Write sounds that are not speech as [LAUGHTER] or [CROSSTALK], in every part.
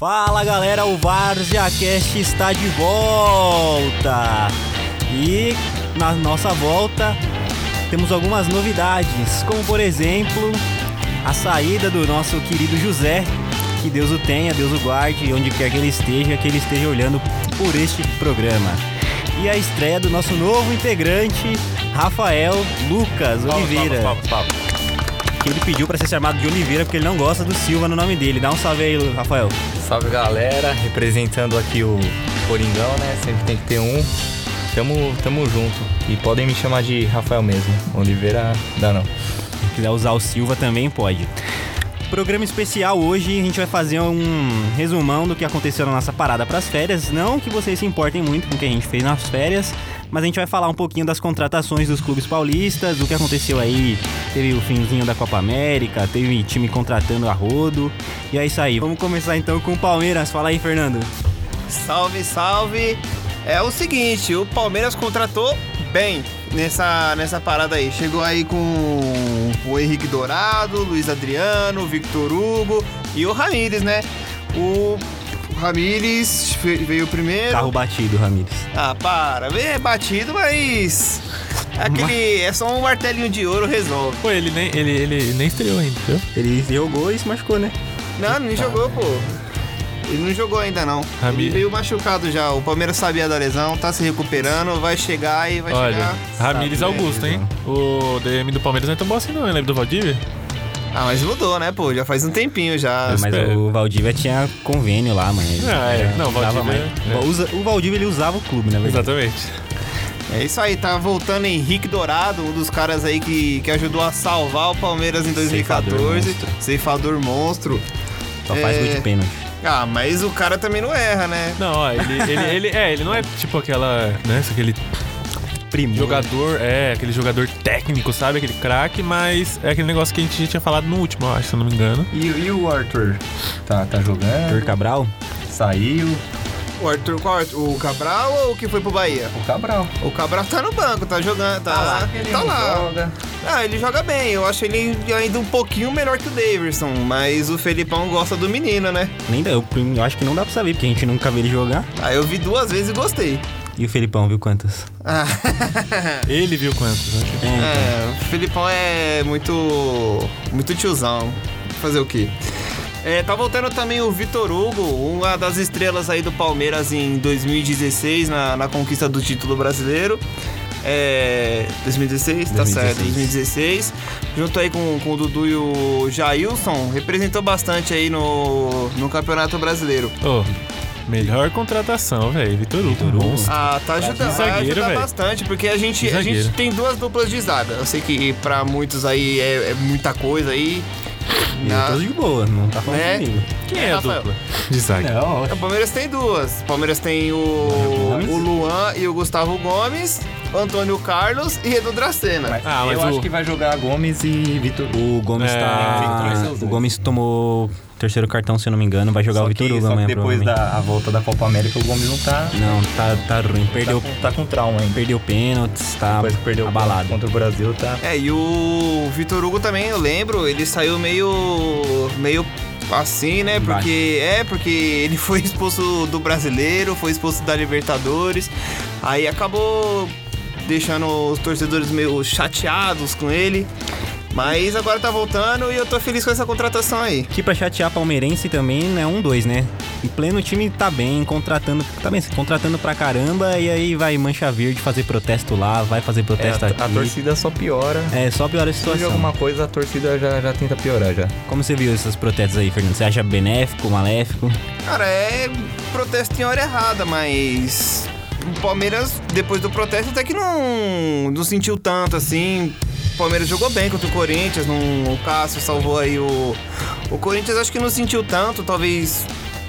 Fala galera, o VarziaCast está de volta! E na nossa volta temos algumas novidades, como por exemplo a saída do nosso querido José, que Deus o tenha, Deus o guarde, onde quer que ele esteja, que ele esteja olhando por este programa. E a estreia do nosso novo integrante, Rafael Lucas Oliveira. Palmas, palmas, palmas. Que ele pediu para ser chamado de Oliveira porque ele não gosta do Silva no nome dele. Dá um salve aí, Rafael. Salve galera, representando aqui o Coringão, né? Sempre tem que ter um. Tamo, tamo junto. E podem me chamar de Rafael mesmo. Oliveira dá não. Se quiser usar o Silva também pode. Programa especial hoje, a gente vai fazer um resumão do que aconteceu na nossa parada para as férias. Não que vocês se importem muito com o que a gente fez nas férias, mas a gente vai falar um pouquinho das contratações dos clubes paulistas, o que aconteceu aí. Teve o finzinho da Copa América, teve time contratando a rodo. E é isso aí. Vamos começar então com o Palmeiras. Fala aí, Fernando. Salve, salve! É o seguinte, o Palmeiras contratou bem nessa, nessa parada aí. Chegou aí com o Henrique Dourado, Luiz Adriano, o Victor Hugo e o Ramírez, né? O Ramírez fe- veio primeiro. Carro batido, Ramires. Ah, para. É batido, mas... é Aquele, é só um martelinho de ouro resolve. Pô, ele nem, ele, ele nem estreou ainda, viu? Ele jogou e se machucou, né? Não, não jogou, pô. Ele não jogou ainda, não. Ele Ramírez. veio machucado já. O Palmeiras sabia da lesão, tá se recuperando, vai chegar e vai Olha, chegar... Ramires Sabe, né? Augusto, hein? O DM do Palmeiras não é tão bom assim, não. hein? Lembra do Valdívia? Ah, mas mudou, né, pô? Já faz um tempinho já. É, Tá, mas espero. o Valdívia tinha convênio lá, mano. Ele Ah, é. já Não, o usava Valdívia- mais. Usa- O Valdívia ele usava o clube, né, na verdade. Exatamente. É isso aí, tá voltando Henrique Dourado, um dos caras aí que, que ajudou a salvar o Palmeiras em 2014. Ceifador monstro. Só faz gol de É. pênalti. Ah, mas o cara também não erra, né? Não, ó, ele, [LAUGHS] ele, ele, é, ele não é tipo aquela, né, aquele Primor. jogador, é, aquele jogador técnico, sabe, aquele craque, mas é aquele negócio que a gente já tinha falado no último, eu acho, se eu não me engano. E, e o Arthur? Tá, tá jogando? Arthur Cabral? Saiu. O Arthur, qual Arthur? o Cabral ou o que foi pro Bahia? O Cabral. O Cabral tá no banco, tá jogando, tá, tá lá. Joga. Ah, ele joga bem, eu acho ele ainda um pouquinho melhor que o Davidson, mas o Felipão gosta do menino, né? Nem dá, eu, eu acho que não dá pra saber, porque a gente nunca vê ele jogar. Ah, eu vi duas vezes e gostei. E o Felipão, viu quantas? Ah. Ele viu quantos, né? É, o Filipão é muito. muito tiozão. Fazer o quê? É, tá voltando também o Vitor Hugo, uma das estrelas aí do Palmeiras em 2016, na, na conquista do título brasileiro. É, 2016, tá 2016. certo, 2016. Junto aí com, com o Dudu e o Jailson, representou bastante aí no, no Campeonato Brasileiro. Ô, melhor contratação, velho, Vitor Hugo. Monstro. Ah, tá ajudando, vai zagueiro, ajudar velho. bastante, porque a gente, De a gente zagueiro. tem duas duplas de zaga. Eu sei que pra muitos aí é, é muita coisa aí. E Na- eu tô de boa, não tá falando Né? comigo. Quem é a Rafael? dupla? De zaga. Não, O Palmeiras tem duas. O Palmeiras tem o, Gomes. o Luan e o Gustavo Gomes, o Antônio Carlos e Edu Dracena. mas, Ah, mas eu acho o- que vai jogar Gomes e Vitor. O Gomes É, tá. tem que trazer os O dois. Gomes tomou terceiro cartão, se eu não me engano, vai jogar Só o que- Vitor Hugo só que amanhã, depois provavelmente. da a volta da Copa América, o Gomes não tá. Não, tá, tá ruim. Perdeu, Tá com, tá com trauma ainda. perdeu pênaltis, tá Depois que perdeu o abalado. contra o Brasil, tá. É, e o Vitor Hugo também, eu lembro, ele saiu meio. meio assim, né? Embaixo. Porque. É, porque ele [LAUGHS] foi expulso do brasileiro, foi expulso da Libertadores. Aí acabou deixando os torcedores meio chateados com ele. Mas agora tá voltando e eu tô feliz com essa contratação aí. Que pra chatear palmeirense também né, é um dois, né? Em pleno time tá bem, contratando. Tá bem, contratando pra caramba, e aí vai mancha verde fazer protesto lá, vai fazer É, protesto aqui. a, a torcida só piora. É, só piora a Se situação. alguma coisa, a torcida já, já tenta piorar já. Como você viu esses protestos aí, Fernando? Você acha benéfico, maléfico? Cara, é protesto em hora errada, mas. O Palmeiras, depois do protesto, até que não, não sentiu tanto assim. O Palmeiras jogou bem contra o Corinthians, não, o Cássio salvou aí o. O Corinthians acho que não sentiu tanto, talvez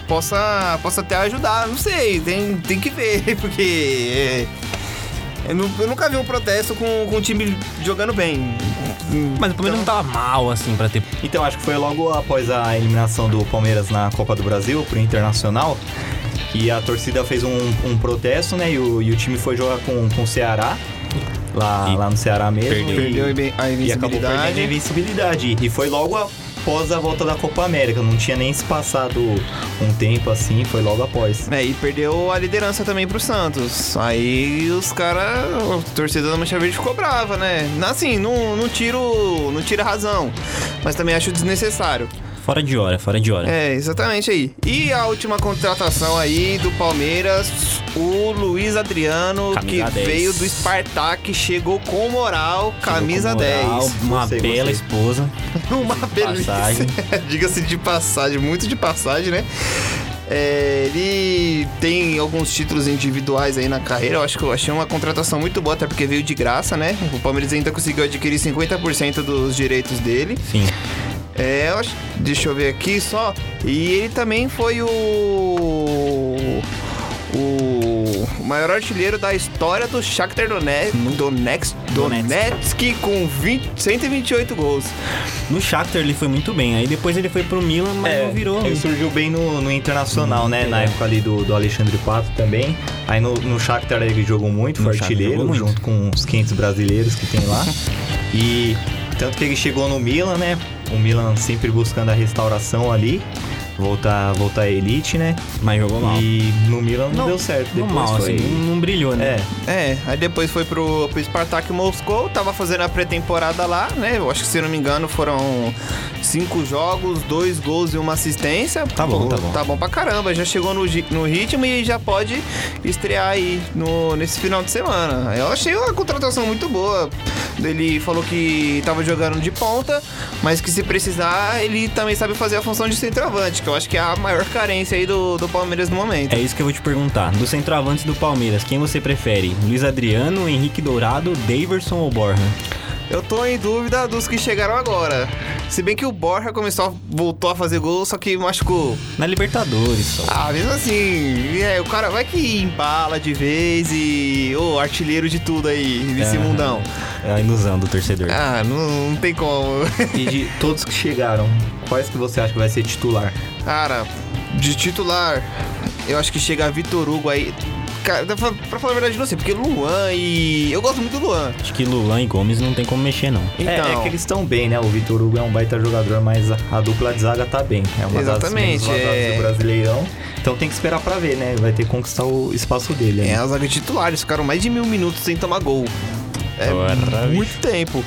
possa, possa até ajudar, não sei, tem, tem que ver, [LAUGHS] porque. é, eu, nu- eu nunca vi um protesto com, com o time jogando bem. Mas o Palmeiras não tava mal, assim, pra ter. Então, acho que foi logo após a eliminação do Palmeiras na Copa do Brasil pro Internacional que a torcida fez um, um protesto, né? E o, e o time foi jogar com, com o Ceará, lá, lá no Ceará mesmo. perdeu. e- Perdeu a inve- a E acabou perdendo a invencibilidade. invencibilidade. E foi logo a- após a volta da Copa América. Não tinha nem se passado um tempo assim, foi logo após. É, e perdeu a liderança também pro Santos. Aí os caras, a torcida da Mancha Verde ficou brava, né? Assim, não, não tiro, não tira a razão, mas também acho desnecessário. Fora de hora, fora de hora. É, exatamente aí. E a última contratação aí do Palmeiras, o Luiz Adriano, Camisa que 10. veio do Spartak, chegou com moral, camisa Com moral, 10. Uma Gostei, bela gostei. esposa. Uma beleza. passagem. [LAUGHS] Diga-se de passagem, muito de passagem, né? É, ele tem alguns títulos individuais aí na carreira. Eu acho que eu achei uma contratação muito boa, até porque veio de graça, né? O Palmeiras ainda conseguiu adquirir 50% dos direitos dele. Sim. É, eu acho- deixa eu ver aqui só. E ele também foi o. O maior artilheiro da história do Shakhtar Donetsk, Donetsk, Donetsk com 20, 128 gols. No Shakhtar ele foi muito bem. Aí depois ele foi pro Milan, mas não virou. É, um- Ele surgiu bem no, no Internacional, né? Na é. época ali do, do Alexandre Pato também. Aí no, no Shakhtar ele jogou muito, No foi Shakhtar artilheiro, jogou muito. junto com os 500 brasileiros que [LAUGHS] tem lá. e tanto que ele chegou no Milan, né? O Milan sempre buscando a restauração ali. Voltar, voltar à elite, né? Mas jogou mal. E no Milan não, deu certo. Não Depois mal, foi... assim, não, não brilhou, né? É, É, aí depois foi pro, pro Spartak Moscou, tava fazendo a pré-temporada lá, né? Eu acho que se não me engano foram cinco jogos, dois gols e uma assistência. Tá bom, Pô, tá bom. Tá bom pra caramba, já chegou no, gi- no ritmo e já pode estrear aí no, nesse final de semana. Eu achei uma contratação muito boa. Ele falou que tava jogando de ponta, mas que se precisar, ele também sabe fazer a função de centroavante, que eu acho que é a maior carência aí do, do Palmeiras no momento. É isso que eu vou te perguntar. Dos centroavantes do Palmeiras, quem você prefere? Luiz Adriano, Henrique Dourado, Daverson ou Borja? Eu tô em dúvida dos que chegaram agora. Se bem que o Borja começou a, voltou a fazer gol, só que machucou. Na Libertadores, só. Ah, mesmo assim, é, o cara vai que embala de vez e. Ô, artilheiro de tudo aí, nesse Aham. mundão. É a ilusão do torcedor. Ah, não, não tem como. [LAUGHS] e de todos que chegaram, quais que você acha que vai ser titular? Cara, de titular, eu acho que chega Vitor Hugo aí. Cara, pra, pra falar a verdade, não sei, porque Luan e. Eu gosto muito do Luan. Acho que Lulan e Gomes não tem como mexer, não. Então, É, é que eles estão bem, né? O Vitor Hugo é um baita jogador, mas a- a dupla de zaga tá bem. É uma Exatamente, das menos vazadas é. do Brasileirão. Então tem que esperar pra ver, né? Vai ter que conquistar o espaço dele. É, né? a zaga titular, eles ficaram mais de mil minutos sem tomar gol. É Ora, muito tempo.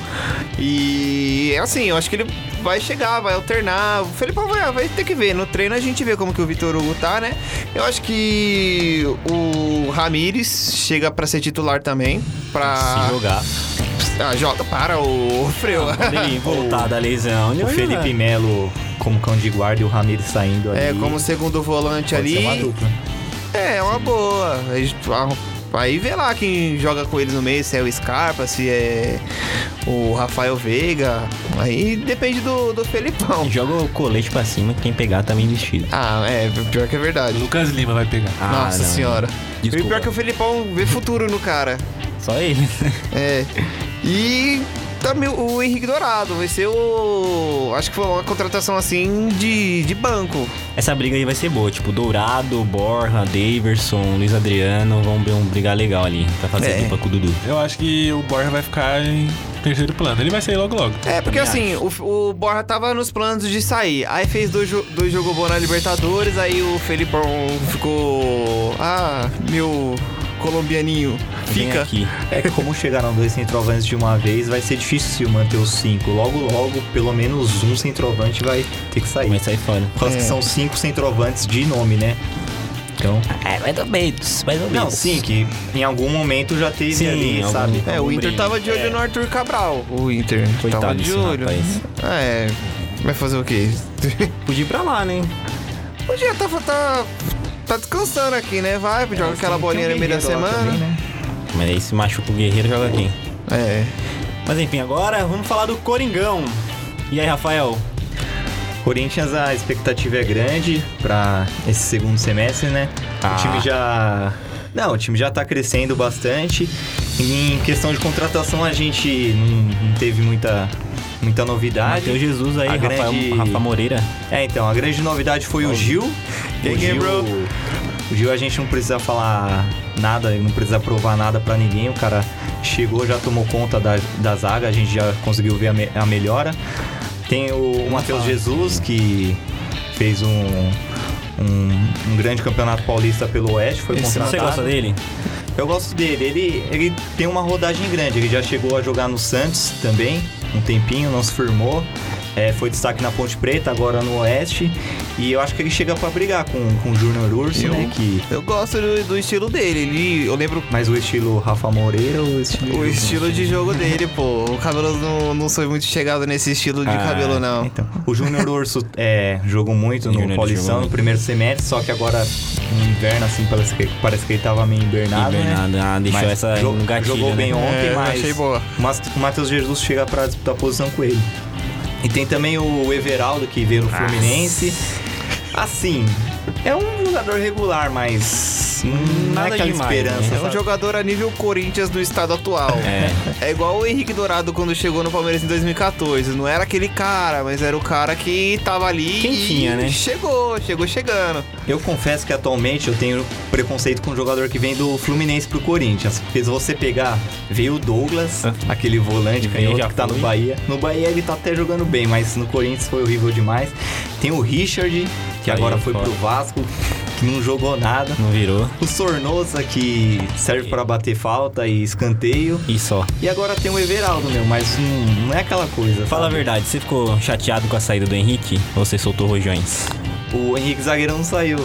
E é assim, eu acho que ele vai chegar, vai alternar. O Felipão vai, vai ter que ver. No treino a gente vê como que o Vitor Hugo tá, né? Eu acho que o Ramires chega pra ser titular também. Pra... Se jogar. Ah, joga, para o Freu. Ah, Quando ele voltar da lesão, né? ele O vai Felipe jogar. Melo como cão de guarda e o Ramiro saindo ali. É, como segundo volante pode ali. ser uma dupla. É, é uma boa. Aí, ah, aí vê lá quem joga com eles no meio, se é o Scarpa, se é o Rafael Veiga. Aí depende do, do Felipão. Joga o colete pra cima, quem pegar tá bem vestido. Ah, é, pior que é verdade. Lucas Lima vai pegar. Ah, Nossa não. senhora. Desculpa. E pior que o Felipão vê futuro no cara. Só ele. [LAUGHS] É. E também o Henrique Dourado vai ser o. Acho que foi uma contratação assim de, de banco. Essa briga aí vai ser boa. Tipo, Dourado, Borja, Daverson, Luiz Adriano vão br- brigar legal ali. Pra fazer É. dupla com o Dudu. Eu acho que o Borja vai ficar em terceiro plano. Ele vai sair logo logo. É, porque Também assim, o, o Borja tava nos planos de sair. Aí fez dois, jo- dois jogos bons na Libertadores, aí o Felipão ficou. Ah, meu colombianinho, Vem fica. aqui. É que como chegaram dois centroavantes de uma vez, vai ser difícil manter os cinco. Logo, logo, pelo menos um centroavante vai ter que sair. Começa aí fora. Por É. causa que são cinco centroavantes de nome, né? Então. É, mais ou menos, mais ou Não, sim, que em algum momento já teve Sim, em ali, algum- sabe? É, o Inter Brilho. tava de olho É. no Arthur Cabral. O Inter Coitado tava de desse olho. rapaz. É, vai fazer o quê? [LAUGHS] Podia ir pra lá, né? Hoje já tá, tá, tá descansando aqui, né? Vai, joga aquela bolinha no meio da Guerreiro lá semana. também, né? Mas aí se machuca o guerreiro, joga quem? É. Mas enfim, agora vamos falar do Coringão. E aí, Rafael? Corinthians, a expectativa é grande pra esse segundo semestre, né? Ah. O time já. Não, o time já tá crescendo bastante. Em questão de contratação, a gente não, não teve muita, muita novidade. Matheus Jesus aí, Ah, a Rafael, grande- Rafa Moreira. É, então, a grande novidade foi o Gil. Quem o Gil, quebrou? o Gil a gente não precisa falar nada, não precisa provar nada pra ninguém. O cara chegou, já tomou conta da, da zaga, a gente já conseguiu ver a, me- a melhora. Tem o, o Matheus Jesus, que fez um, um, um grande campeonato paulista pelo Oeste, foi Esse- contratado. Você gosta dele? Eu gosto dele. Ele, ele tem uma rodagem grande. Ele já chegou a jogar no Santos também, um tempinho, não se firmou. É, foi destaque na Ponte Preta, agora no Oeste. E eu acho que ele chega pra brigar com, com o Júnior Urso, Eu- né? Que, Eu gosto do, do estilo dele. Ele, eu lembro mas o estilo Rafa Moreira ou o estilo. o estilo de jogo dele, pô. O cabelo não, não sou muito chegado nesse estilo de Ah, cabelo, não. Então, o Júnior [LAUGHS] Urso é, jogou muito no Júnior jogou Paulistão no muito. primeiro semestre, só que agora no inverno, assim, parece que, parece que ele tava meio Ah, hibernado. né? ah, deixou Mas essa aí jo- no gatilho, Jogou né? bem ontem, É, eu mas, achei boa. mas o Matheus Jesus chega pra disputar posição com ele. E tem também o Everaldo, que veio no Fluminense. Assim, é um jogador regular, mas hum, não é Nada aquela demais, esperança. né? É um sabe? jogador a nível Corinthians do estado atual. É. igual o Henrique Dourado quando chegou no Palmeiras em 2014. Não era aquele cara, mas era o cara que tava ali Quentinha, e né? chegou, chegou chegando. Eu confesso que atualmente eu tenho preconceito com o jogador que vem do Fluminense pro Corinthians. Fez você pegar, veio o Douglas, aquele volante Veio, canhoto já que tá no foi. Bahia. No Bahia ele tá até jogando bem, mas no Corinthians foi horrível demais. Tem o Richard, que Aí, agora foi fora. pro Vasco, que não jogou nada. Não virou. O Sornosa, que serve pra bater falta e escanteio. E só. E agora tem o Everaldo, meu, mas hum, não é aquela coisa. Fala a sabe? verdade, você ficou chateado com a saída do Henrique ou você soltou rojões? O Henrique Zagueiro não saiu.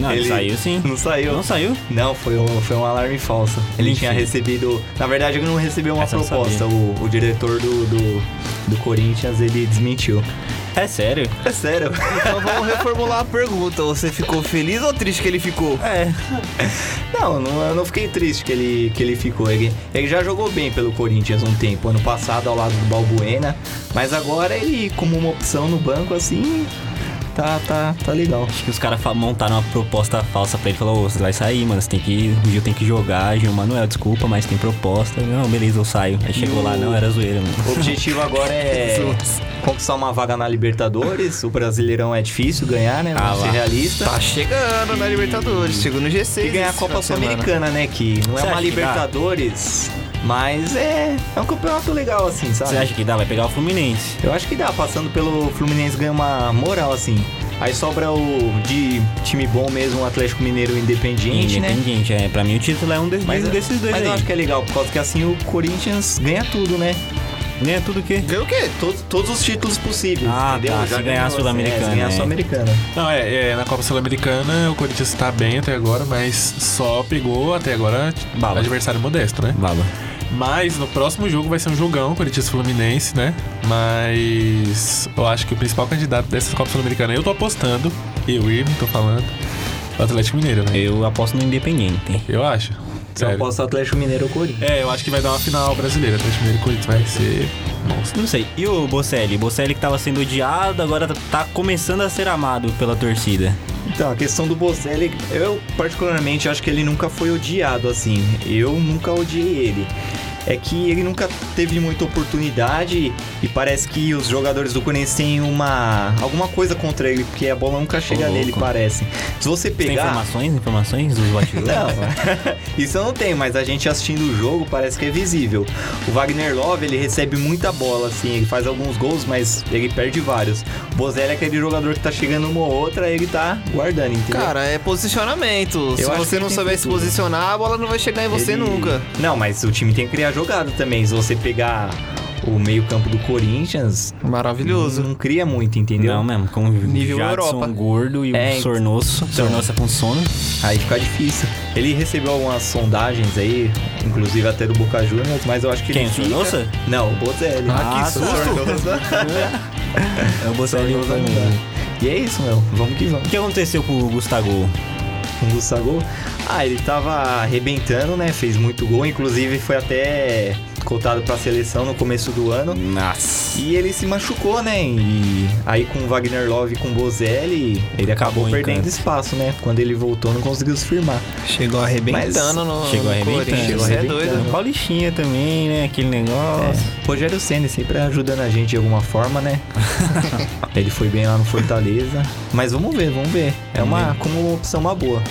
Não, ele saiu sim. Não saiu. Não saiu? Não, foi um, foi um alarme falso. Ele Enfim. tinha recebido. Na verdade, ele não recebeu uma Essa eu não proposta. O, o diretor do, do, do Corinthians ele desmentiu. É sério? É [LAUGHS] sério. Então vamos reformular a pergunta. Você ficou feliz ou triste que ele ficou? É. Não, não- eu não fiquei triste que ele, que ele ficou. Ele, ele já jogou bem pelo Corinthians um tempo, ano passado ao lado do Balbuena. Mas agora ele, como uma opção no banco, assim. Tá, tá, tá legal. Acho que os caras fa- montaram uma proposta falsa pra ele. Falou, "Ô, você vai sair, mano. Você tem que. O Gil tem que jogar. Gil Manuel, desculpa, mas tem proposta. Não, beleza, eu saio. Aí chegou lá, não, era zoeira, mano. O objetivo agora [LAUGHS] é conquistar uma vaga na Libertadores. O Brasileirão é difícil ganhar, né? Ah, Vamos ser lá. realista. Tá chegando na Libertadores, chegou no G6. E ganhar a esse Copa final de semana. Sul-Americana, né? Que não Você é uma acha que dá? Libertadores, mas é, é um campeonato legal, assim, sabe? Você acha que dá? Vai pegar o Fluminense. Eu acho que dá, passando pelo Fluminense ganha uma moral, assim. Aí sobra o de time bom mesmo, o Atlético Mineiro e o Independiente, né? Independente, é. Pra mim o título é um, desses- Mas, um desses dois mas eu aí. acho que é legal, por causa que assim o Corinthians ganha tudo, né? Ganha tudo o quê? Ganhou o quê? Todos, todos os títulos possíveis, Ah, entendeu? tá, se ganhar ganhou, a Sul-Americana, É, se ganhar a é. Sul-Americana. Não, é, é, na Copa Sul-Americana o Corinthians tá bem até agora, mas só pegou até agora Bala. adversário modesto, né? Bala. Mas no próximo jogo vai ser um jogão, Corinthians e Fluminense, né? Mas eu acho que o principal candidato dessa Copa Sul-Americana, eu tô apostando, eu, Irving, tô falando, o Atlético Mineiro, né? Eu aposto no Independente. Eu acho. Eu Sério. aposto Atlético Mineiro ou Corinthians. É, eu acho que vai dar uma final brasileira, Atlético Mineiro e Corinthians vai ser... Nossa. Não sei. E o Bocelli? Bocelli que tava sendo odiado, agora tá começando a ser amado pela torcida. Então, a questão do Bocelli, eu particularmente acho que ele nunca foi odiado assim. Eu nunca odiei ele. É que ele nunca teve muita oportunidade e parece que os jogadores do Corinthians têm uma alguma coisa contra ele, porque a bola nunca chega louco. nele, parece. Se você Tem pegar informações? Informações dos batidos? [LAUGHS] não, [LAUGHS] isso eu não tenho, mas a gente assistindo o jogo parece que é visível. O Wagner Love, ele recebe muita bola, assim, ele faz alguns gols, mas ele perde vários. O Bozelli é aquele jogador que tá chegando uma ou outra, ele tá guardando, entendeu? Cara, é posicionamento. Se acho você que não tem souber se futuro. posicionar, a bola não vai chegar em você Ele- nunca. Não, mas o time tem que criar jogada também. Se você pegar o meio-campo do Corinthians, Maravilhoso. não cria muito, entendeu? Não mesmo, com o Nível Jadson Europa. gordo e É, o Sornoso. Sornoso é com sono. Aí fica difícil. Ele recebeu algumas sondagens aí, inclusive até do Boca Juniors, mas eu acho que Quem? ele O fica... Sornosa? Não, o Bozelli. Ah, que o susto! Sornosa. [LAUGHS] É o Bocelli. Sornosa não dá. E é isso, meu. Vamos que vamos. O que aconteceu com o Gustavo? com o Gustavo. Ah, ele tava arrebentando, né? Fez muito gol, inclusive foi até cotado pra seleção no começo do ano. Nossa. E ele se machucou, né? E aí com o Wagner Love e com o Bozelli, ele acabou Acabou em perdendo campo. espaço, né? Quando ele voltou, não conseguiu se firmar. Chegou arrebentando no, Chegou no arrebentando. Corinthians. Chegou Você é arrebentando. doido. Paulistinha também, né? Aquele negócio. É. Rogério Senna sempre ajudando a gente de alguma forma, [LAUGHS] né? ele foi bem lá no Fortaleza. Mas vamos ver, vamos ver. É uma, como uma opção uma boa.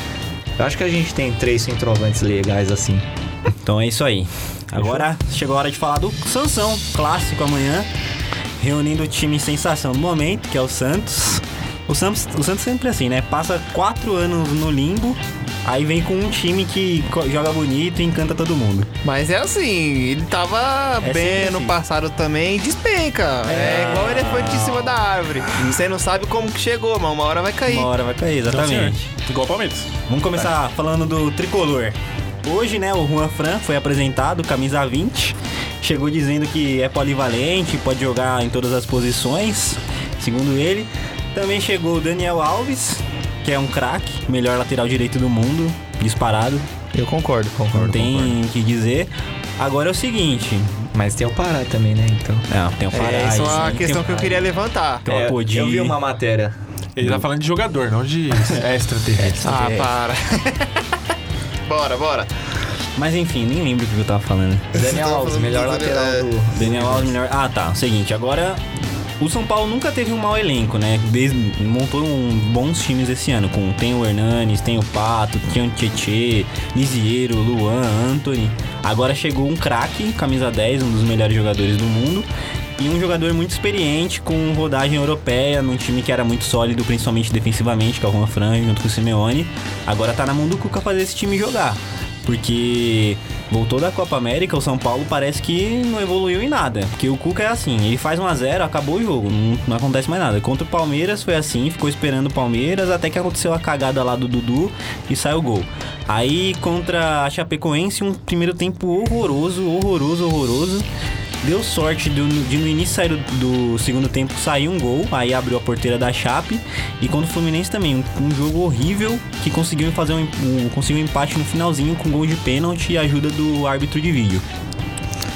Eu acho que a gente tem três centroavantes legais assim. Então é isso aí. Agora chegou a hora de falar do Sansão, clássico amanhã. reunindo o time sensação do momento, que é o Santos. O Santos, o Santos sempre é assim, né? Passa quatro anos no limbo, aí vem com um time que co- joga bonito e encanta todo mundo. Mas é assim, ele tava É bem sempre no assim. passado também e despenca. É, igual o elefante em cima da árvore. Você não sabe como que chegou, mas uma hora vai cair. Uma hora vai cair, Tá exatamente. Então, senhor. Igual o Palmeiras. Vamos começar falando do tricolor. Hoje, né, o Juan Fran foi apresentado, camisa 20. Chegou dizendo que é polivalente, pode jogar em todas as posições, segundo ele. Também chegou o Daniel Alves, que é um craque, melhor lateral direito do mundo, disparado, Eu concordo, concordo. não tem o que dizer. Agora é o seguinte. Mas tem o Pará também, né? Então. É, Não, tem um né? o Pará. É, isso é uma aí, tem questão o que eu Pará. queria levantar. Tem o Apodi. eu vi uma matéria. Ele tá falando de jogador, não [LAUGHS] de extraterrestre. Ah, É. para. [LAUGHS] bora, bora. Mas enfim, nem lembro o que eu tava falando. Daniel tava Alves, falando melhor do é. Daniel- lateral do. Daniel Alves melhor. Ah, tá. Seguinte, agora. O São Paulo nunca teve um mau elenco, né? Desde- montou um, bons times esse ano. Com, tem o Hernanes, tem o Pato, tem o Tietê, Lisiero, Luan, Anthony. Agora chegou um craque, camisa 10, um dos melhores jogadores do mundo. E um jogador muito experiente, com rodagem europeia, num time que era muito sólido, principalmente defensivamente, que é o Juan Fran, junto com o Simeone. Agora tá na mão do Cuca fazer esse time jogar. Porque voltou da Copa América, o São Paulo parece que não evoluiu em nada. Porque o Cuca é assim, ele faz 1 a 0 acabou o jogo, não, não acontece mais nada. Contra o Palmeiras foi assim, ficou esperando o Palmeiras, até que aconteceu a cagada lá do Dudu e saiu o gol. Aí contra a Chapecoense, um primeiro tempo horroroso, horroroso, horroroso. Deu sorte do- de no início sair do, do segundo tempo sair um gol, aí abriu a porteira da Chape. E contra o Fluminense também, um, um jogo horrível que conseguiu fazer um, um- conseguiu um empate no finalzinho com gol de pênalti e ajuda do árbitro de vídeo.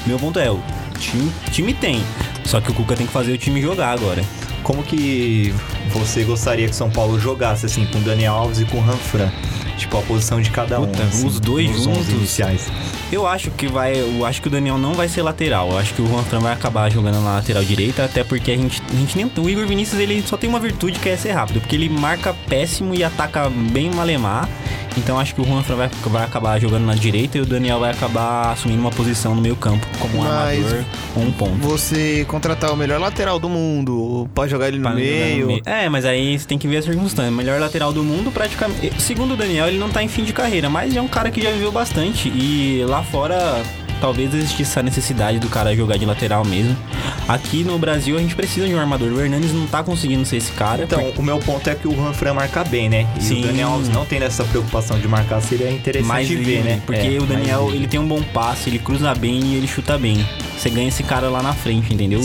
Meu ponto é, o time, time tem, só que o Cuca tem que fazer o time jogar agora. Como que você gostaria que São Paulo jogasse, assim, com Daniel Alves e com Ranfran? Tipo, a posição de cada um. Puta, assim, os dois nos onze juntos? iniciais. Eu acho que vai. Eu acho que o Daniel não vai ser lateral. Eu acho que o Juan Fran vai acabar jogando na lateral direita, até porque a gente, a gente nem. O Igor Vinícius ele só tem uma virtude que é ser rápido, porque ele marca péssimo e ataca bem malemar. Então acho que o Juan Fran vai, vai acabar jogando na direita e o Daniel vai acabar assumindo uma posição no meio campo, como um Mas- armador ou um ponto. Você contratar o melhor lateral do mundo, pode jogar ele no Pra jogar no meio. meio. É, mas aí você tem que ver as circunstâncias. Melhor lateral do mundo, praticamente. Segundo o Daniel, ele não tá em fim de carreira, mas é um cara que já viveu bastante. E lá fora, talvez existisse essa necessidade do cara jogar de lateral mesmo. Aqui no Brasil, a gente precisa de um armador. O Hernandes não tá conseguindo ser esse cara. Então, o meu ponto é que o Ranfran marca bem, né? E Sim. o Daniel Alves não tem essa preocupação de marcar, seria interessante mais ver, livre, né? Porque É, o Daniel, mais livre. ele tem um bom passe, ele cruza bem e ele chuta bem. Você ganha esse cara lá na frente, entendeu?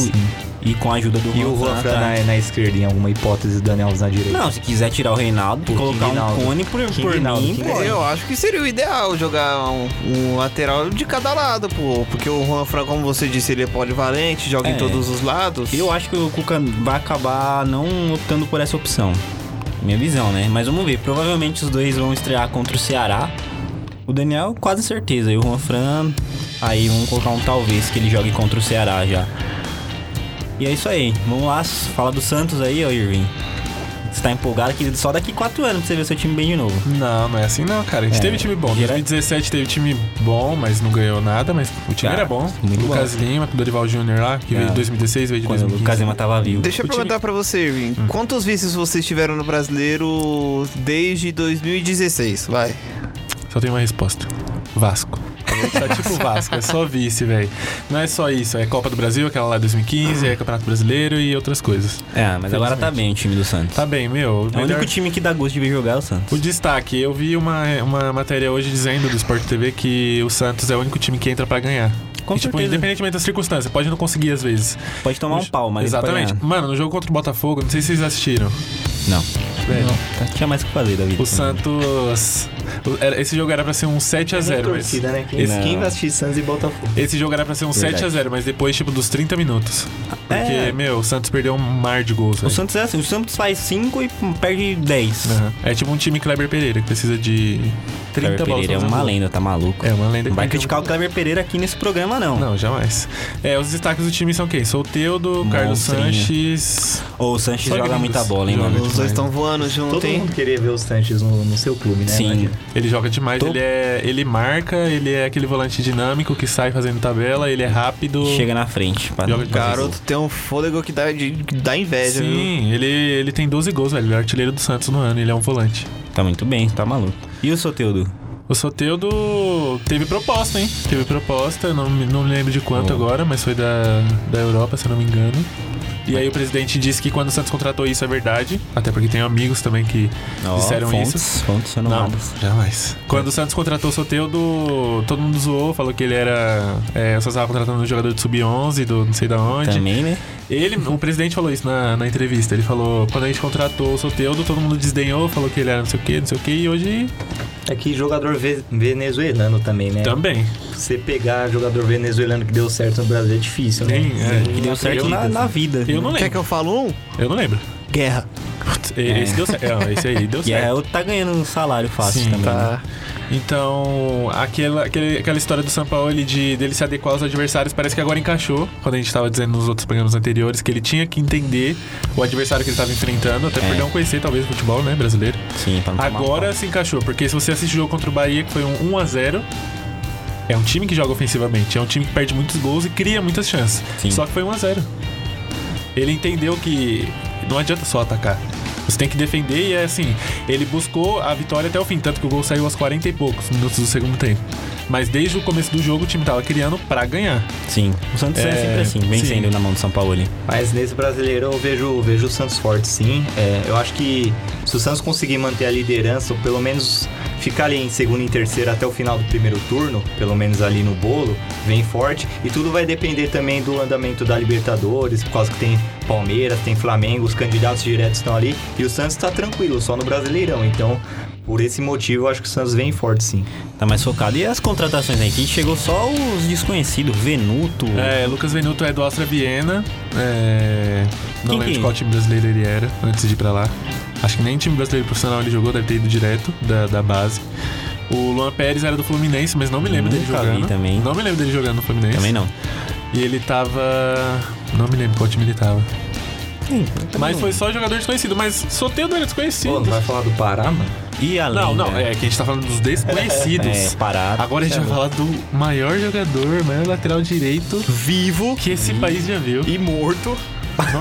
E com a ajuda do E o Juan Fran Ranfran atrás. na, na esquerda, em alguma hipótese, o Daniel Alves na direita. Não, se quiser tirar o Reinaldo, Pô, colocar Reinaldo. um cone por, Que por Reinaldo, mim, que pô. Eu acho que seria o ideal jogar um, um lateral de cada lado, pô. Porque o Juan Fran, como você disse, ele é polivalente, joga É. em todos os lados. Eu acho que o Cuca vai acabar não optando por essa opção. Minha visão, né? Mas vamos ver. Provavelmente os dois vão estrear contra o Ceará. O Daniel, quase certeza. E o Juan Fran, aí vamos colocar um talvez que ele jogue contra o Ceará já. E é isso aí. Vamos lá, fala do Santos aí, ó, Irving. Você tá empolgado que só daqui quatro anos pra você ver seu time bem de novo. Não, não é assim não, cara. A gente É, teve time bom. Em geral- 2017 teve time bom, mas não ganhou nada, mas o Tá. time Cara, era bom. muito Lucas Lima, Dorival Júnior lá, que veio É. de 2016, veio de Quando o 2015. Lucas Lima tava vivo. Deixa eu O time- perguntar pra você, Irving. Hum. Quantos vices vocês tiveram no brasileiro desde 2016? Vai. Só tem uma resposta. [LAUGHS] Vasco. Tá tipo Vasco, é só vice, velho. Não é só isso, é Copa do Brasil, aquela lá de 2015, é Campeonato Brasileiro e outras coisas. É, mas agora tá Felizmente. bem o time do Santos. Tá bem, meu. É o melhor- único time que dá gosto de ver jogar é o Santos. O destaque, eu vi uma, uma matéria hoje dizendo do Sport TV que o Santos é o único time que entra pra ganhar. Com e, tipo, certeza. independentemente das circunstâncias, pode não conseguir às vezes. Pode tomar um pau, mas ele pode Exatamente. ganhar. Mano, no jogo contra o Botafogo, não sei se vocês assistiram. Não. Velho, Não tinha mais o que fazer da vida. assim. o Santos. o- era- Esse jogo era pra ser um É nem 7x0, mas. torcida, né? Quem, Esse- quem vai assistir Santos e Botafogo? Esse jogo era pra ser um Verdade. 7x0, mas depois, tipo, dos 30 minutos. Porque, É. meu, o Santos perdeu um mar de gols. O velho. Santos é assim, o Santos faz 5 e perde 10. Aham. É tipo um time Kleber Pereira, que precisa de 30 Kleber bolas. Pereira é pra fazer uma gol. lenda, tá maluco? É uma lenda. Não vai que- criticar o Kleber Pereira aqui nesse programa, não. Não, jamais. É, os destaques do time são quem? Solteudo, Carlos Monstrinho. Sanches. Ô, o Sanches Só joga gringos. muita bola, hein, Joga mano? Os dois demais, estão né? ano junto, Todo hein? mundo queria ver o Sanches no, no seu clube, né? Sim. Imagina. Ele joga demais, ele é. Ele marca, ele é aquele volante dinâmico que sai fazendo tabela, ele é rápido. Chega na frente. pá. Joga de Garoto tem um fôlego que dá, de- que dá inveja, viu? Sim, ele, ele tem 12 gols, velho. Ele é artilheiro do Santos no ano, ele é um volante. Tá muito bem, tá maluco. E o Soteudo? O Soteudo teve proposta, hein? Teve proposta, não, me- não me lembro de quanto agora, mas foi da, da Europa, se eu não me engano. E aí o presidente disse que quando o Santos contratou isso é verdade, até porque tem amigos também que disseram fontes, isso. Fontes Não, renomadas. jamais. Quando o Santos contratou o Soteudo, todo mundo zoou, falou que ele era. É, só estava contratando um jogador de sub-11, do não sei da onde. Também, né? Ele, o presidente falou isso na, na entrevista. Ele falou, quando a gente contratou o Soteudo, todo mundo desdenhou, falou que ele era não sei o que, não sei o que, e hoje É que jogador ve- venezuelano também, né? também. Você pegar jogador venezuelano que deu certo no Brasil é difícil, né? Tem, é. Que deu certo Eu- na, na vida. Eu não Quer que lembro. eu falo um? Eu não lembro. [LAUGHS] Guerra. Putz, e- Esse deu certo. É, esse aí [LAUGHS] deu E certo. é, o- tá ganhando um salário fácil Sim, também. né? Tá. Então, aquela, aquele- aquela história do São Paulo de dele se adequar aos adversários parece que agora encaixou. Quando a gente tava dizendo nos outros programas anteriores que ele tinha que entender o adversário que ele tava enfrentando, até por É. não conhecer talvez o futebol, né, brasileiro. Sim, pra não tomar Agora se encaixou, porque se você assistir o jogo contra o Bahia, que foi um 1x0, é um time que joga ofensivamente, é um time que perde muitos gols e cria muitas chances. Sim. Só que foi 1x0. Ele entendeu que não adianta só atacar. Você tem que defender e é assim. Ele buscou a vitória até o fim, tanto que o gol saiu aos 40 e poucos minutos do segundo tempo. Mas desde o começo do jogo o time tava criando pra ganhar. pau. Sim. O Santos é, É, sempre assim, vencendo sim. na mão do São Paulo. Mas nesse brasileiro eu vejo, vejo o Santos forte, sim. É, eu acho que se o Santos conseguir manter a liderança, ou pelo menos ficar ali em segundo e terceiro até o final do primeiro turno, pelo menos ali no bolo, vem forte. E tudo vai depender também do andamento da Libertadores, por causa que tem Palmeiras, tem Flamengo, os candidatos diretos estão ali. E o Santos tá tranquilo, só no Brasileirão. Então, por esse motivo, eu acho que o Santos vem forte, sim. Tá mais focado. E as contratações aí? Que chegou só os desconhecidos, Venuto. É, Lucas Venuto é do Astra Viena. É, não Quem lembro que- de qual time brasileiro ele era antes de ir pra lá. Acho que nem time brasileiro profissional ele jogou, deve ter ido direto da, da base. O Luan Pérez era do Fluminense, mas não me lembro dele Nunca vi jogando. também. Não me lembro dele jogando no Fluminense. Também não. E ele tava. Não me lembro qual time ele tava. Mas foi só jogador desconhecido, mas Soteldo era desconhecido. Pô, não vai falar do Pará, mano? E além. não, não, né? é que a gente tá falando dos desconhecidos. [LAUGHS] É, parado. Agora a gente vai falar do maior jogador, maior lateral direito Vivo que esse país já viu. e morto.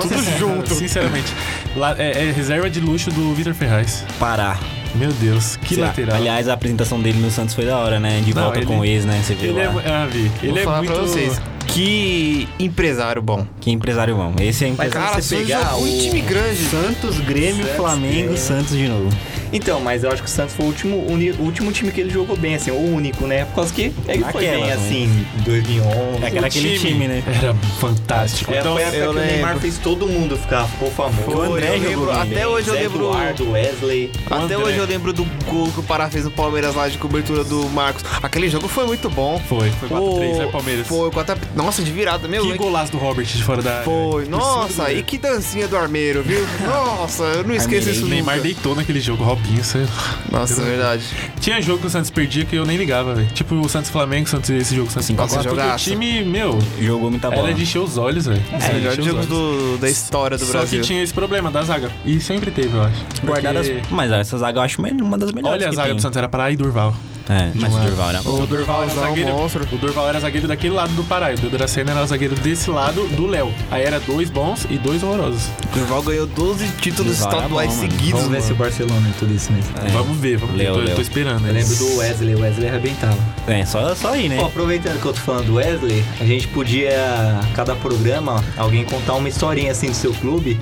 tudo junto. Sinceramente. Lá- é, é reserva de luxo do Vitor Ferraz. Parar. Meu Deus, que Sei lá. lateral. Aliás, a apresentação dele no Santos foi da hora, né? De Não, volta ele- com o ex, né? Você viu ele é, lá. mu- ah, Vi, ele Vou é falar muito. pra vocês. Que empresário bom. Que empresário bom. Esse é empresário. Cara, você só pegar jogou em o- time grande. Santos, Grêmio, Santos, Flamengo, Grêmio. Santos de novo. Então, mas eu acho que o Santos foi o último, uni- o último time que ele jogou bem, assim, o único, né? Por causa que ele foi Naquela, bem, né? assim, em 2011. É que era aquele time, né? Era fantástico. É, então, foi a época que eu o Neymar lembro. fez todo mundo ficar, ficou famoso. Foi, André eu jogou lembro, bem. até hoje eu Zé lembro. Eduardo, Wesley. Até André. hoje eu lembro do gol que o Pará fez no Palmeiras lá de cobertura do Marcos. Aquele jogo foi muito bom. foi. Foi 4-3, O- né, Palmeiras? Foi 4 a... Nossa, de virada mesmo. Que hein? golaço do Robert de fora da área. Foi. Por cima do Nossa, e goleiro. que dancinha do armeiro, viu? Nossa, eu não esqueço isso O Neymar nunca. deitou naquele jogo, Robinho. Você... Nossa, é verdade. Tinha jogo que o Santos perdia que eu nem ligava, velho. Tipo o Santos e Flamengo, Santos, esse jogo Santos 5 nossa, O jogaço. time, meu, Jogou muita bola. era é de encher os olhos, velho. É, melhor jogo do, da história do Só Brasil. que tinha esse problema da zaga. E sempre teve, eu acho. Porque- Guardadas. Mas essa zaga eu acho uma das melhores. Olha a que zaga tem. do Santos, era Pará e Durval. É, mas o lado. Durval era. O Durval era Durvalzão, zagueiro. monstro. O Durval era zagueiro daquele lado do Pará. E o Duracena era zagueiro desse lado do Léo. Aí era dois bons e dois horrorosos. Durval ganhou 12 títulos Durval era estaduais bom, mano. seguidos, é Vamos ver se o Barcelona é tudo isso mesmo. É. Vamos ver, vamos Léo, ver. Tô, Léo. tô esperando. né? Eu lembro do Wesley, o Wesley arrebentava. É, só, só aí, né? Bom, aproveitando que eu tô falando do Wesley, a gente podia, cada programa, alguém contar uma historinha assim do seu clube.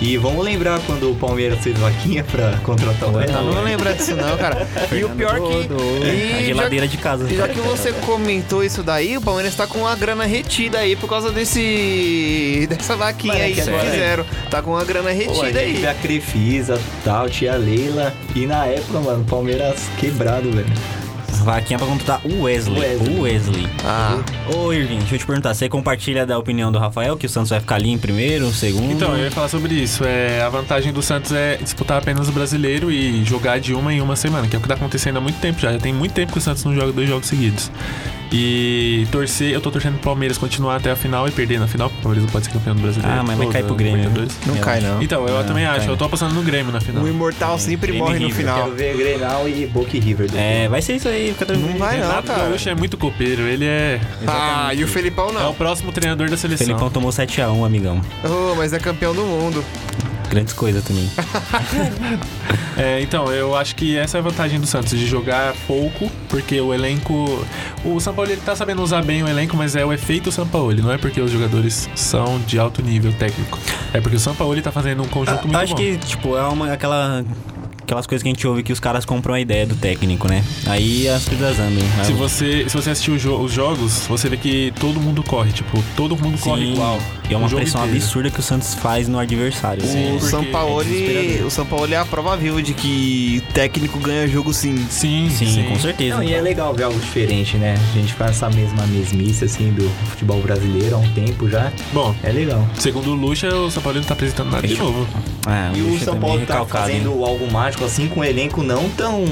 E vamos lembrar quando o Palmeiras fez vaquinha pra contratar o Eu Wesley. não lembro disso não, cara. E o pior que... A E já, geladeira de casa. e já que você comentou isso daí, o Palmeiras tá com a grana retida aí por causa desse... Dessa vaquinha Mas é aí que que agora- fizeram. Tá com a Pô, grana a retida gente aí. vê a Crefisa, tal, tinha a Leila. E na época, mano, o Palmeiras quebrado, velho. Vaquinha pra contratar o Wesley. Wesley. O Wesley. Ah, Ô, Irving, deixa eu te perguntar. Você compartilha da opinião do Rafael que o Santos vai ficar ali em primeiro, segundo? Então, eu ia falar sobre isso. É, a vantagem do Santos é disputar apenas o brasileiro e jogar de uma em uma semana, que é o que tá acontecendo há muito tempo já. Já tem muito tempo que o Santos não joga dois jogos seguidos. E torcer, eu tô torcendo pro Palmeiras continuar até a final e perder na final, porque o Palmeiras não pode ser campeão do brasileiro. Ah, mas vai Ou cair da pro Grêmio. Libertadores. Não Eu cai, acho. não. Então, eu também não acho, cai. eu tô apostando no Grêmio na final. O imortal sempre Grêmio morre e no River, final. Quero ver Grenal e Boca e River. É, vai ser isso aí, fica tranquilo. Ah, Não vai não, Renato cara. Gaúcho é muito copeiro, ele é, Ah, e o Felipão é o não. próximo treinador da seleção. Felipão tomou 7x1, amigão. Oh, mas é campeão do mundo. Grandes coisas também. É, então, eu acho que essa é a vantagem do Santos, de jogar pouco, porque o elenco. O São Paulo ele tá sabendo usar bem o elenco, mas é o efeito São Paulo, não é porque os jogadores são de alto nível técnico. É porque o São Paulo tá fazendo um conjunto muito Eu acho bom. que, tipo, é uma, aquela, aquelas coisas que a gente ouve que os caras compram a ideia do técnico, né? Aí as coisas andam. né? Se você, se você assistir os, jo- os jogos, você vê que todo mundo corre, tipo, todo mundo Sim, corre igual. E é uma O jogo pressão inteiro. absurda que o Santos faz no adversário. Sim. né? O porque São Paulo, é desesperador. o São Paulo é a prova viva de que técnico ganha jogo sim. Sim, Sim, sim. com certeza. Não, e é legal ver algo diferente, né? A gente faz essa mesma mesmice, assim, do futebol brasileiro há um tempo já. Bol, É legal. segundo o Lucha, o São Paulo não tá apresentando nada de Fechou. novo. Ah, E o Lucha São também é Paulo tá recalcado, hein? fazendo algo mágico, assim, com um elenco não tão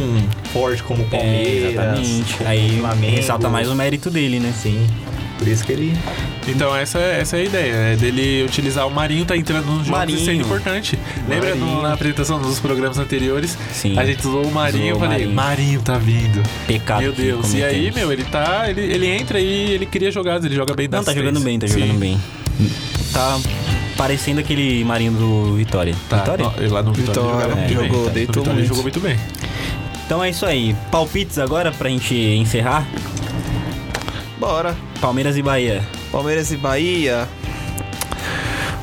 forte como o É, Palmeiras. exatamente. como Aí o Flamengo. ressalta mais o mérito dele, né? Sim. Por isso que ele. Então essa, essa é a ideia, é dele utilizar o Marinho tá entrando nos jogos Marinho. e sendo importante. Lembra no- na apresentação dos programas anteriores? Sim. A gente usou o Marinho, Zoou eu o falei, Marinho. Marinho, tá vindo. Pecado. meu que Deus. E aí, cometemos. meu, ele tá. Ele, ele entra e ele cria jogadas, ele joga bem Não, das tá jogando três. bem, tá Sim. jogando bem. Tá parecendo aquele Marinho do Vitória. Tá, Vitória? ó, ele lá no Vitória, Vitória, jogava muito jogou, bem, tá? No deitou Vitória ele muito. jogou muito bem. Então é isso aí. Palpites agora pra gente encerrar. Bora. Palmeiras e Bahia. Palmeiras e Bahia.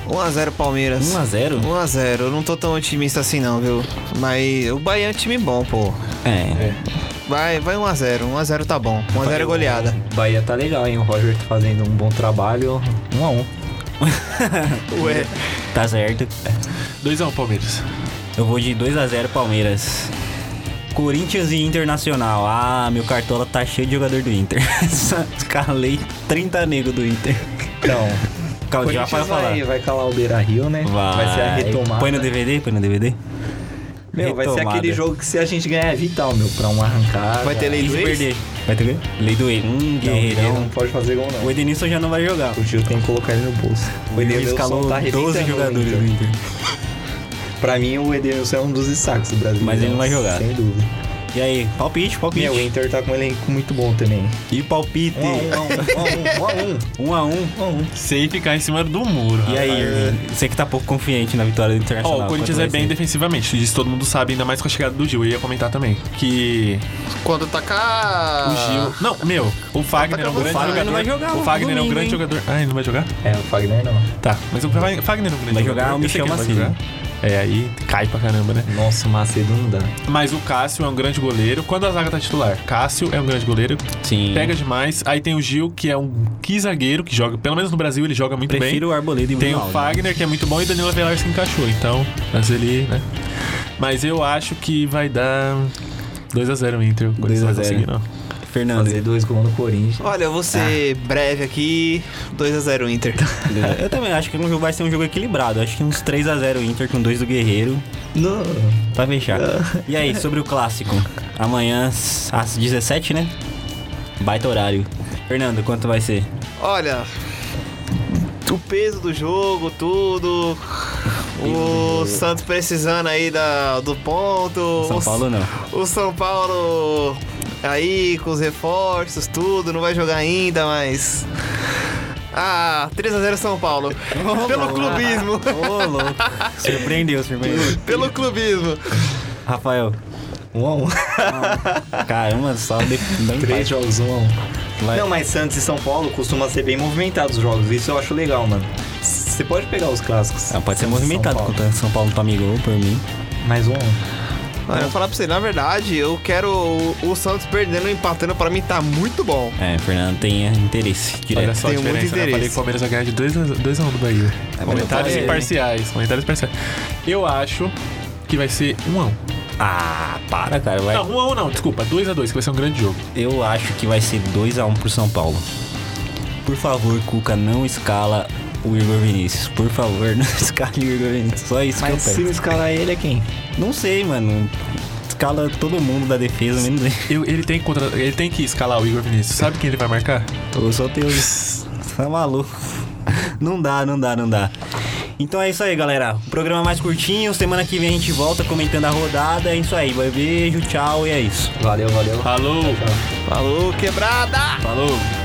1x0 Palmeiras. 1x0? 1x0. Eu não tô tão otimista assim não, viu? Mas o Bahia é um time bom, pô. É. Vai, vai 1x0. 1x0 tá bom. 1x0 é goleada. Bahia tá legal, hein? O Roger tá fazendo um bom trabalho. Um a um. Ué. Tá certo. 2x1 Palmeiras. Eu vou de 2x0 Palmeiras. Corinthians e Internacional. Ah, meu cartola tá cheio de jogador do Inter. [LAUGHS] Escalei 30 nego do Inter. [LAUGHS] Então, Calma, já Corinthians para falar. vai, vai calar o Beira Rio, né? Vai. ser a retomada. Põe no DVD, põe no DVD. Meu, vai ser Retomada. aquele jogo que se a gente ganhar é vital, meu, pra um arrancar. Vai ter lei E do se ex? perder? Vai ter que? Lei do ex. Hum, Não, ele guerreirão. não pode fazer gol, não. O Edenilson já não vai jogar. O Gil tem que colocar ele no bolso. O Edenilson Edenilson escalou tá 12 arrebentando jogadores o do né, Inter. Pra mim, o Edenilson é um dos destaques do Brasil. Mas ele não vai jogar. Sem dúvida. E aí, palpite, palpite. Meu, o Inter tá com um elenco muito bom também. E palpite. um, um, um, um, Um a um. um, um, um. Sem ficar em cima do muro. E aí, rapaz. Irving? você que tá pouco confiante na vitória do Internacional. Ó, o Corinthians é quanto vai bem ser? defensivamente, isso todo mundo sabe, ainda mais com a chegada do Gil. Eu ia comentar também que Quando tacar... o Gil. Não, meu, o Fagner é um acabando. O Ah. Tá Fagner grande jogador. não vai jogar o Fagner é um domingo, grande hein? jogador. Ah, ele não vai jogar? [LAUGHS] É, o Fagner não. Tá, mas o Fa- Fagner é um grande Vai jogador. jogar assim, o Eu sei Michel que ele vai Macedo. né? jogar. É, aí cai pra caramba, Hum. né? Nossa, o Macedo não dá. Mas o Cássio é um grande goleiro. Quando a zaga tá titular, Cássio é um grande goleiro, Sim. pega demais. Aí tem o Gil, que é um que zagueiro, que joga, pelo menos no Brasil, ele joga muito Prefiro o bem. Arboleda e Tem Bruno o Alves. Fagner, que é muito bom, e o Danilo Avelar se encaixou, então, mas ele, né? Mas eu acho que vai dar 2x0 o Inter. O Corinthians 2 a 0. não vai conseguir, não. Fernando. Fazer dois gols no Corinthians. Olha, eu vou ser breve aqui. 2x0 Inter. É. Eu também acho que não vai ser um jogo equilibrado. Acho que uns 3x0 Inter com dois do Guerreiro. Não. É. Pra fechar. E aí, sobre o clássico? Amanhã às 17, né? Baita horário. Fernando, quanto vai ser? Olha, o peso do jogo, tudo. O Santos precisando aí da, do ponto. São o, Paulo não. O São Paulo aí com os reforços, tudo. Não vai jogar ainda, mas. Ah, 3x0 São [LAUGHS] Paulo. Pelo clubismo. Ô, louco. Surpreendeu, surpreendeu. Pelo clubismo. Rafael. Um a um. Caramba, só de... não empate. Três jogos, um a um. Vai. Não, mas Santos e São Paulo costuma ser bem movimentados os jogos. Isso eu acho legal, mano. Você pode pegar os clássicos. Ah, pode ser Santos e movimentado São Paulo. contra São Paulo toma gol por mim. Mais um. a um. Olha, eu vou falar pra você, na verdade, eu quero o, o Santos perdendo, empatando, pra mim tá muito bom. É, Fernando tem interesse Olha direto. só a Tenho muito diferença, né? Eu falei interesse. que o Palmeiras vai ganhar de 2x1 do Bahia. comentários falei, imparciais, comentários imparciais. Eu acho que vai ser 1x1. Ah, para, cara. Vai. Não, 1x1 não, desculpa, 2x2, que vai ser um grande jogo. Eu acho que vai ser 2x1 pro São Paulo. Por favor, Cuca, não escala o Igor Vinícius. Por [LAUGHS] favor, não escale o Igor Vinícius. Só isso Mas que eu se peço. escalar ele é quem? Não sei, mano. escala todo mundo da defesa, menos [LAUGHS] ele. Eu- ele, tem que contra- ele tem que escalar o Igor Vinícius. Sabe quem ele vai marcar? Ô, só tem os. Tá maluco. Não dá, não dá, não dá. Então é isso aí, galera. O programa é mais curtinho. Semana que vem a gente volta comentando a rodada. É isso aí. Beijo, tchau e é isso. Valeu, valeu. Alô? Falou, quebrada! Falou?